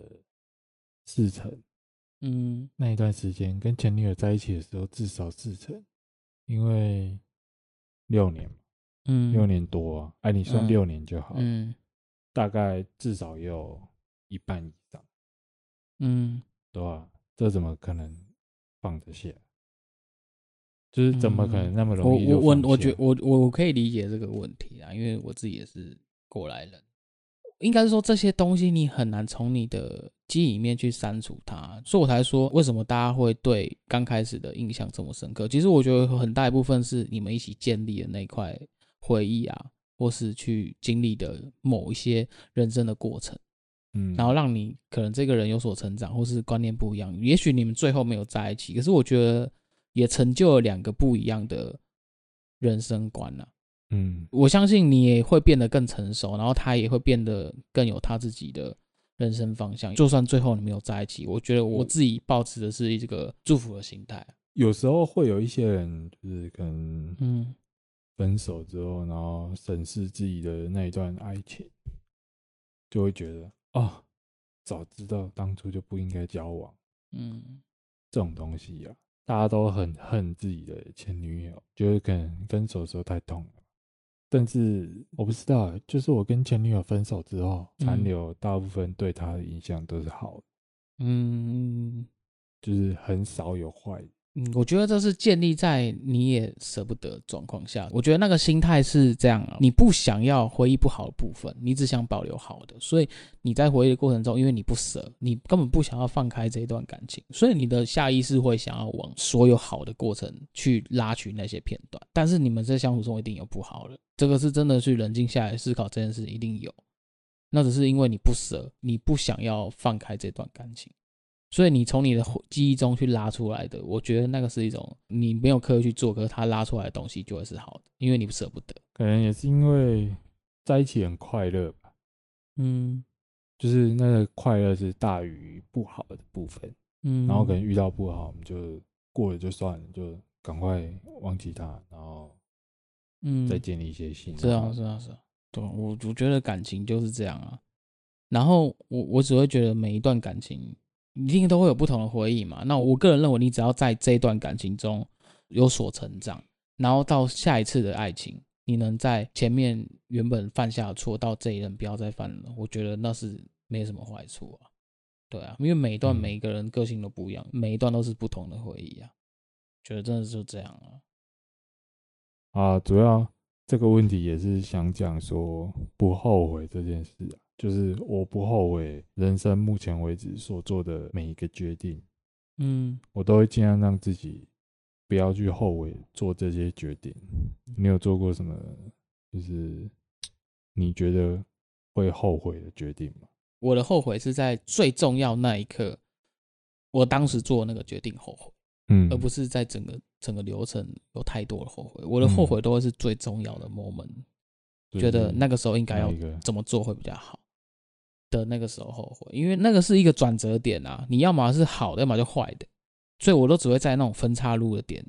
Speaker 1: 四成。
Speaker 2: 嗯
Speaker 1: 那一段时间跟前女友在一起的时候，至少四成，因为六年嘛，
Speaker 2: 嗯，
Speaker 1: 六年多啊，哎，你算
Speaker 2: 嗯
Speaker 1: 六年就好，
Speaker 2: 嗯
Speaker 1: 大概至少也有一半以上，
Speaker 2: 嗯
Speaker 1: 对吧、这怎么可能放得下？就是怎么可能那么
Speaker 2: 我
Speaker 1: 容易
Speaker 2: 嗯
Speaker 1: 就
Speaker 2: 我我
Speaker 1: 放
Speaker 2: 我
Speaker 1: 下
Speaker 2: 觉我我我可以理解这个问题啊，因为我自己也是过来人，应该是说这些东西你很难从你的记忆里面去删除它，所以我才说为什么大家会对刚开始的印象这么深刻。其实我觉得很大一部分是你们一起建立的那一块回忆啊，或是去经历的某一些人生的过程。
Speaker 1: 嗯，
Speaker 2: 然后让你可能这个人有所成长，或是观念不一样。也许你们最后没有在一起，可是我觉得也成就了两个不一样的人生观了、
Speaker 1: 嗯
Speaker 2: 我相信你也会变得更成熟，然后他也会变得更有他自己的人生方向。就算最后你没有在一起，我觉得我自己保持的是这个祝福的心态。
Speaker 1: 有时候会有一些人就是可能
Speaker 2: 嗯
Speaker 1: 分手之后，然后审视自己的那一段爱情，就会觉得哦，早知道当初就不应该交往
Speaker 2: 嗯，
Speaker 1: 这种东西啊。大家都很恨自己的前女友，觉得可能分手的时候太痛了。但是我不知道欸，就是我跟前女友分手之后，残
Speaker 2: 嗯
Speaker 1: 留大部分对她的影响都是好的，
Speaker 2: 嗯，
Speaker 1: 就是很少有坏的。
Speaker 2: 嗯，我觉得这是建立在你也舍不得的状况下。我觉得那个心态是这样啊，你不想要回忆不好的部分，你只想保留好的，所以你在回忆的过程中，因为你不舍，你根本不想要放开这一段感情，所以你的下意识会想要往所有好的过程去拉取那些片段。但是你们在相处中一定有不好的，这个是真的去冷静下来思考这件事，一定有。那只是因为你不舍，你不想要放开这段感情。所以你从你的回记忆中去拉出来的，我觉得那个是一种你没有刻意去做，可是它拉出来的东西就会是好的，因为你舍不得。
Speaker 1: 可能也是因为在一起很快乐吧，
Speaker 2: 嗯
Speaker 1: 就是那个快乐是大于不好的部分。
Speaker 2: 嗯
Speaker 1: 然后可能遇到不好，我们就过了就算了，就赶快忘记它，然后
Speaker 2: 嗯
Speaker 1: 再建立一些新的。
Speaker 2: 是啊，是啊，是啊，对啊，我我觉得感情就是这样啊。然后我我只会觉得每一段感情一定都会有不同的回忆嘛。那我个人认为，你只要在这一段感情中有所成长，然后到下一次的爱情，你能在前面原本犯下的错，到这一任不要再犯了，我觉得那是没什么坏处啊。对啊，因为每一
Speaker 1: 嗯
Speaker 2: 段每一个人个性都不一样，每一段都是不同的回忆啊。觉得真的就这样啊。
Speaker 1: 啊，主要这个问题也是想讲说不后悔这件事啊，就是我不后悔人生目前为止所做的每一个决定，
Speaker 2: 嗯
Speaker 1: 我都会尽量让自己不要去后悔做这些决定。你有做过什么就是你觉得会后悔的决定吗？
Speaker 2: 我的后悔是在最重要那一刻，我当时做那个决定后悔，
Speaker 1: 嗯
Speaker 2: 而不是在整个整个流程有太多的后悔。我的
Speaker 1: 嗯
Speaker 2: 后悔都会是最重要的 moment，、
Speaker 1: 就
Speaker 2: 觉得
Speaker 1: 是
Speaker 2: 那个时候应该
Speaker 1: 哪
Speaker 2: 要
Speaker 1: 一个
Speaker 2: 怎么做会比较好的那个时候后悔，因为那个是一个转折点啊，你要么是好的，要么就坏的，所以我都只会在那种分岔路的点，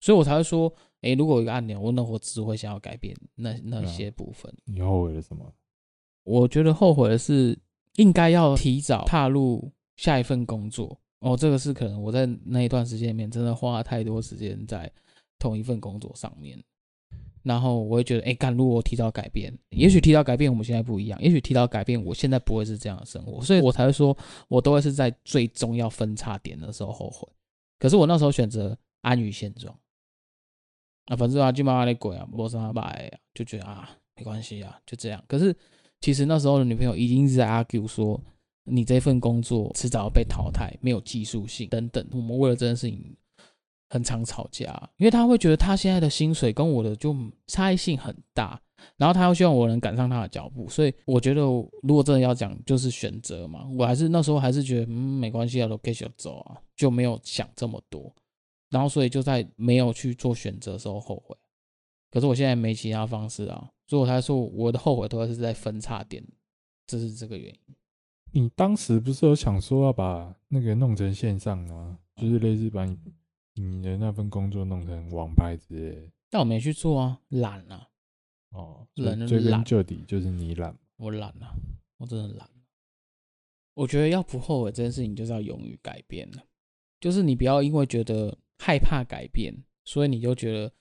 Speaker 2: 所以我才会说，诶，如果有一个按钮，我那我只会想要改变那那
Speaker 1: 对啊
Speaker 2: 些部分。
Speaker 1: 你后悔了什么？
Speaker 2: 我觉得后悔的是，应该要提早踏入下一份工作。哦，这个是可能我在那一段时间里面真的花太多时间在同一份工作上面，然后我会觉得，哎，干，如果我提早改变，也许提早改变我们现在不一样，也许提早改变我现在不会是这样的生活，所以我才会说，我都会是在最重要分叉点的时候后悔。可是我那时候选择安于现状，啊，反正啊，就慢慢的鬼啊，没啥买啊，就觉得啊，没关系啊，就这样。可是其实那时候的女朋友已经一直在 argue 说，你这份工作迟早要被淘汰，没有技术性等等。我们为了这件事情很常吵架，因为她会觉得她现在的薪水跟我的就差异性很大，然后她又希望我能赶上她的脚步，所以我觉得如果真的要讲，就是选择嘛，我还是那时候还是觉得嗯没关系啊，都继续走啊，就没有想这么多，然后所以就在没有去做选择的时候后悔。可是我现在没其他方式啊，所以我才说我的后悔都是在分叉点，这是这个原因。
Speaker 1: 你当时不是有想说要把那个弄成线上的吗？就是类似把你你的那份工作弄成网拍之类的
Speaker 2: 但我没去做啊，懒啊，
Speaker 1: 哦。所以
Speaker 2: 懒就是
Speaker 1: 追根
Speaker 2: 懒
Speaker 1: 究底就是你懒。
Speaker 2: 我懒啊，我真的懒。啊我觉得要不后悔这件事情，就是要勇于改变了，就是你不要因为觉得害怕改变，所以你就觉得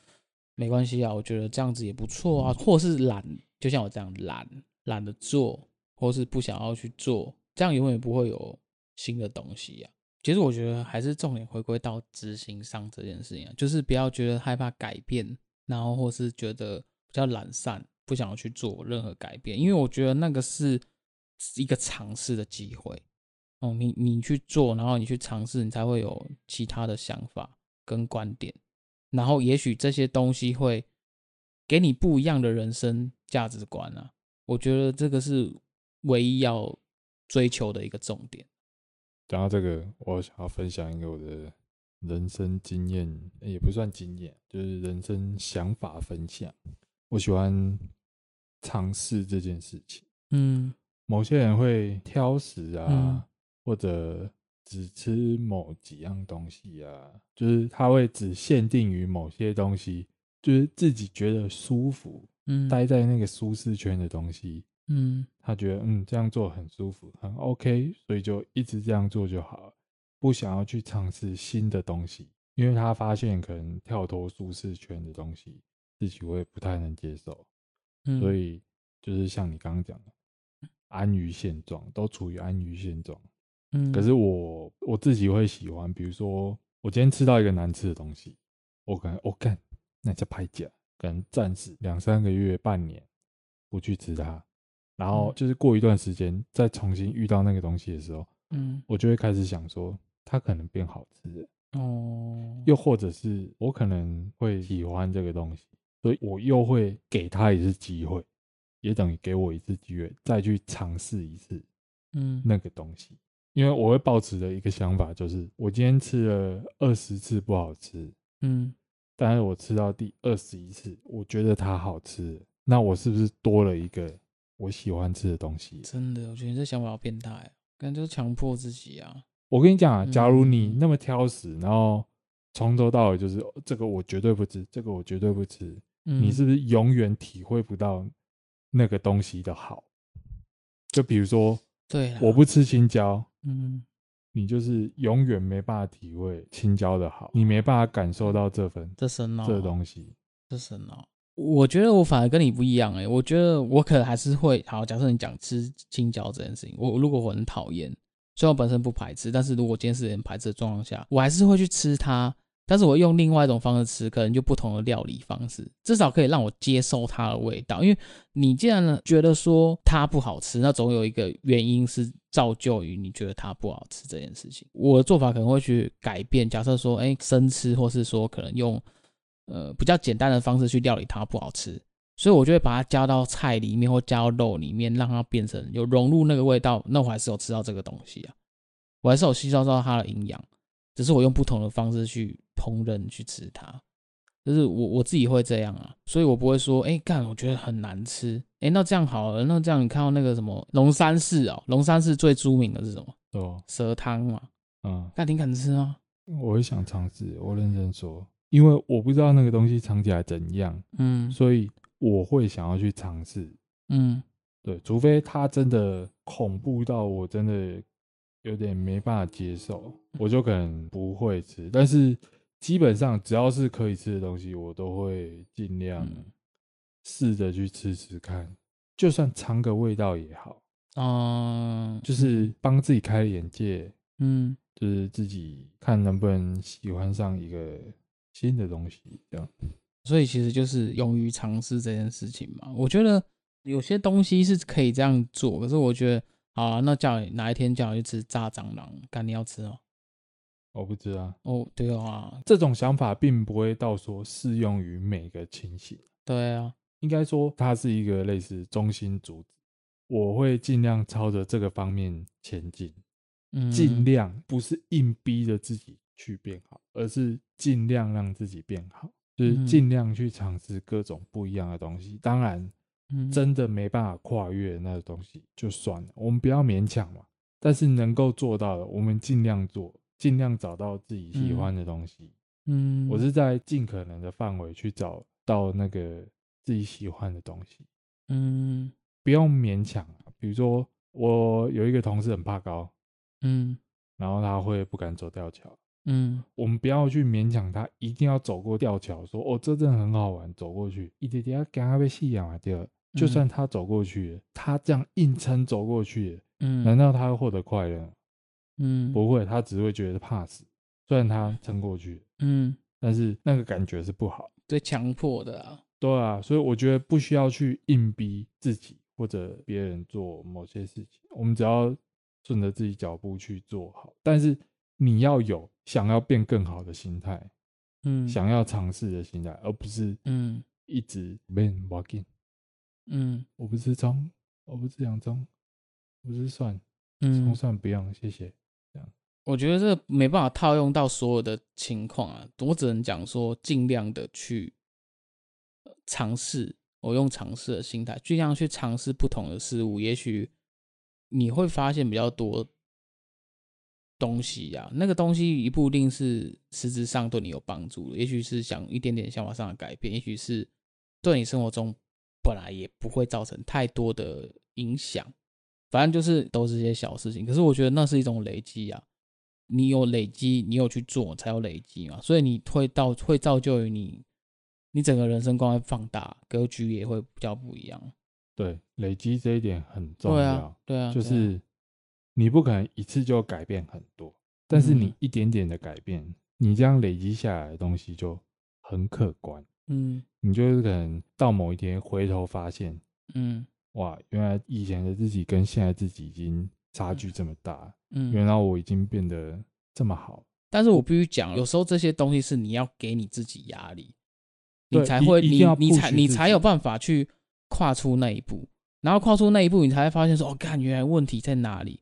Speaker 2: 没关系啊，我觉得这样子也不错啊，或是懒，就像我这样懒，懒得做，或是不想要去做，这样永远不会有新的东西呀、其实我觉得还是重点回归到执行上这件事情啊，就是不要觉得害怕改变，然后或是觉得比较懒散，不想要去做任何改变，因为我觉得那个是一个尝试的机会。哦，你你去做，然后你去尝试，你才会有其他的想法跟观点，然后也许这些东西会给你不一样的人生价值观啊。我觉得这个是唯一要追求的一个重点。
Speaker 1: 讲到这个，我想要分享一个我的人生经验，也不算经验，就是人生想法分享。我喜欢尝试这件事情。
Speaker 2: 嗯
Speaker 1: 某些人会挑食啊，
Speaker 2: 嗯
Speaker 1: 或者只吃某几样东西啊，就是他会只限定于某些东西，就是自己觉得舒服，
Speaker 2: 嗯
Speaker 1: 待在那个舒适圈的东西，
Speaker 2: 嗯
Speaker 1: 他觉得嗯这样做很舒服，很 OK，所以就一直这样做就好了，不想要去尝试新的东西，因为他发现可能跳脱舒适圈的东西自己会不太能接受，
Speaker 2: 嗯，
Speaker 1: 所以就是像你刚刚讲的，安于现状，都处于安于现状。
Speaker 2: 嗯，
Speaker 1: 可是我我自己会喜欢，比如说我今天吃到一个难吃的东西，我可能我干、那叫拍假，可能暂时两三个月、半年不去吃它，然后
Speaker 2: 嗯
Speaker 1: 就是过一段时间再重新遇到那个东西的时候，
Speaker 2: 嗯
Speaker 1: 我就会开始想说它可能变好吃了，
Speaker 2: 哦，
Speaker 1: 又或者是我可能会喜欢这个东西，所以我又会给它一次机会，也等于给我一次机会再去尝试一次。
Speaker 2: 嗯
Speaker 1: 那个东西，因为我会抱持的一个想法就是，我今天吃了二十次不好吃，
Speaker 2: 嗯
Speaker 1: 但是我吃到第二十一次，我觉得它好吃，那我是不是多了一个我喜欢吃的东西？
Speaker 2: 真的，我觉得你这想法好变态哦，感觉就是强迫自己啊。
Speaker 1: 我跟你讲啊，
Speaker 2: 嗯
Speaker 1: 假如你那么挑食，然后从头到尾就是哦这个我绝对不吃，这个我绝对不吃，你
Speaker 2: 嗯
Speaker 1: 是不是永远体会不到那个东西的好？就比如说，
Speaker 2: 对啊啦，
Speaker 1: 我不吃青椒，
Speaker 2: 嗯
Speaker 1: 你就是永远没办法体会青椒的好，你没办法感受到这份
Speaker 2: 这深奥，啊
Speaker 1: 这东西。
Speaker 2: 这深奥。哦我觉得我反而跟你不一样哎、我觉得我可能还是会好。假设你讲吃青椒这件事情，我如果我很讨厌，虽然我本身不排斥，但是如果今天是很排斥的状况下，我还是会去吃它，但是我用另外一种方式吃，可能就不同的料理方式，至少可以让我接受它的味道。因为你既然觉得说它不好吃，那总有一个原因是造就于你觉得它不好吃这件事情。我的做法可能会去改变，假设说，哎，生吃，或是说可能用呃比较简单的方式去料理它不好吃。所以我就会把它加到菜里面或加到肉里面，让它变成有融入那个味道，那我还是有吃到这个东西啊，我还是有吸收到它的营养，只是我用不同的方式去烹饪去吃它，就是我我自己会这样啊，所以我不会说，哎、干，我觉得很难吃，哎、那这样好了，那这样你看到那个什么龙山寺哦，龙山寺最著名的是什么？
Speaker 1: 哦，
Speaker 2: 蛇汤嘛，
Speaker 1: 嗯，
Speaker 2: 干你敢吃啊吗？
Speaker 1: 我也想尝试，我认真说，因为我不知道那个东西尝起来怎样，
Speaker 2: 嗯
Speaker 1: 所以我会想要去尝试。
Speaker 2: 嗯
Speaker 1: 对，除非它真的恐怖到我真的有点没办法接受，我
Speaker 2: 嗯
Speaker 1: 就可能不会吃。但是基本上只要是可以吃的东西，我都会尽量
Speaker 2: 嗯
Speaker 1: 试着去吃吃看，就算尝个味道也好。
Speaker 2: 嗯，
Speaker 1: 就是帮自己开眼界，
Speaker 2: 嗯
Speaker 1: 就是自己看能不能喜欢上一个新的东西，这样。
Speaker 2: 所以其实就是勇于尝试这件事情嘛。我觉得有些东西是可以这样做，可是我觉得，好啊，那叫你哪一天叫你去吃炸蟑螂，干你要吃哦？
Speaker 1: 我不知道，
Speaker 2: 哦，对哦啊，
Speaker 1: 这种想法并不会到说适用于每个情形，
Speaker 2: 对啊，
Speaker 1: 应该说它是一个类似中心主旨。我会尽量朝着这个方面前进，
Speaker 2: 嗯，
Speaker 1: 尽量不是硬逼着自己去变好，而是尽量让自己变好，就是
Speaker 2: 嗯
Speaker 1: 尽量去尝试各种不一样的东西。当然，
Speaker 2: 嗯
Speaker 1: 真的没办法跨越那个东西，就算了，我们不要勉强嘛。但是能够做到的，我们尽量做，尽量找到自己喜欢的东西。
Speaker 2: 嗯，
Speaker 1: 我是在尽可能的范围去找到那个自己喜欢的东西，
Speaker 2: 嗯
Speaker 1: 不用勉强啊。比如说，我有一个同事很怕高，
Speaker 2: 嗯
Speaker 1: 然后他会不敢走吊桥。
Speaker 2: 嗯
Speaker 1: 我们不要去勉强他，一定要走过吊桥，说哦，这真的很好玩，走过去，一点点给他被吸氧啊，第二，就
Speaker 2: 嗯
Speaker 1: 算他走过去了，他这样硬撑走过去了，
Speaker 2: 嗯，
Speaker 1: 难道他会获得快乐吗？
Speaker 2: 嗯
Speaker 1: 不会，他只会觉得怕死。虽然他撑过去了，
Speaker 2: 嗯，
Speaker 1: 但是那个感觉是不好。
Speaker 2: 对，强迫的啊，
Speaker 1: 对啊，所以我觉得不需要去硬逼自己或者别人做某些事情，我们只要顺着自己脚步去做好。但是你要有想要变更好的心态，
Speaker 2: 嗯，
Speaker 1: 想要尝试的心态，而不是
Speaker 2: 嗯
Speaker 1: 一直 man walking。
Speaker 2: 嗯
Speaker 1: 我不吃葱，我不吃洋葱，我不吃蒜，葱
Speaker 2: 嗯，
Speaker 1: 蒜不用，谢谢。
Speaker 2: 我觉得这没办法套用到所有的情况啊，我只能讲说尽量的去呃尝试，我用尝试的心态，尽量去尝试不同的事物，也许你会发现比较多东西呀、那个东西也不一定是实质上对你有帮助的，也许是想一点点想法上的改变，也许是对你生活中本来也不会造成太多的影响，反正就是都是一些小事情。可是我觉得那是一种累积啊，你有累积，你有去做才有累积嘛，所以你会到会造就于你，你整个人生观会放大，格局也会比较不一样。
Speaker 1: 对，累积这一点很重
Speaker 2: 对
Speaker 1: 要
Speaker 2: 啊。，对啊，
Speaker 1: 就
Speaker 2: 对啊
Speaker 1: 是你不可能一次就改变很多，但是你
Speaker 2: 嗯
Speaker 1: 一点点的改变，你这样累积下来的东西就很可观。
Speaker 2: 嗯
Speaker 1: 你就是可能到某一天回头发现，
Speaker 2: 嗯
Speaker 1: 哇，原来以前的自己跟现在自己已经差距这么大，
Speaker 2: 嗯，
Speaker 1: 原来我已经变得这么好。
Speaker 2: 但是我必须讲，有时候这些东西是你要给你自己压力，你
Speaker 1: 对
Speaker 2: 才
Speaker 1: 一
Speaker 2: 会，
Speaker 1: 一定
Speaker 2: 你
Speaker 1: 要
Speaker 2: 你
Speaker 1: push
Speaker 2: 才你
Speaker 1: 自
Speaker 2: 才
Speaker 1: 己
Speaker 2: 有办法去跨出那一步，然后跨出那一步，你才会发现说，哦，看原来问题在哪里。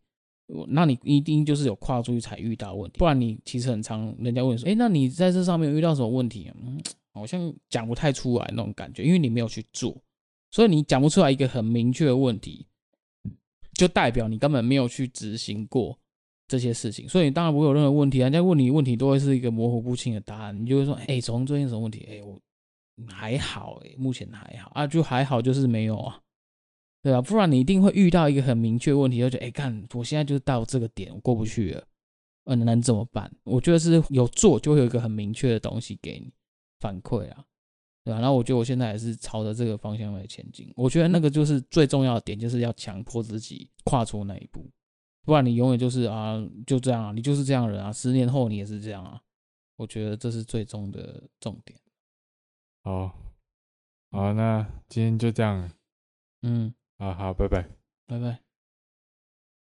Speaker 2: 我那你一定就是有跨出去才遇到问题，不然你其实很常人家问说，哎，那你在这上面有遇到什么问题啊？嗯，好像讲不太出来那种感觉，因为你没有去做，所以你讲不出来一个很明确的问题，就代表你根本没有去执行过这些事情，所以你当然不会有任何问题啊。人家问你问题都会是一个模糊不清的答案，你就会说：“哎、从最近有什么问题？哎、我还好、哎，目前还好啊，就还好，就是没有啊，对吧、不然你一定会遇到一个很明确的问题，就觉得：哎、看我现在就到这个点，我过不去了，嗯、那能怎么办？我觉得是有做就会有一个很明确的东西给你反馈啊。”对吧、然后我觉得我现在也是朝着这个方向来前进。我觉得那个就是最重要的点，就是要强迫自己跨出那一步，不然你永远就是啊，就这样啊，你就是这样的人啊，十年后你也是这样啊。我觉得这是最终的重点。
Speaker 1: 好，好，那今天就这样了
Speaker 2: 嗯，
Speaker 1: 啊，好，拜拜。
Speaker 2: 拜拜。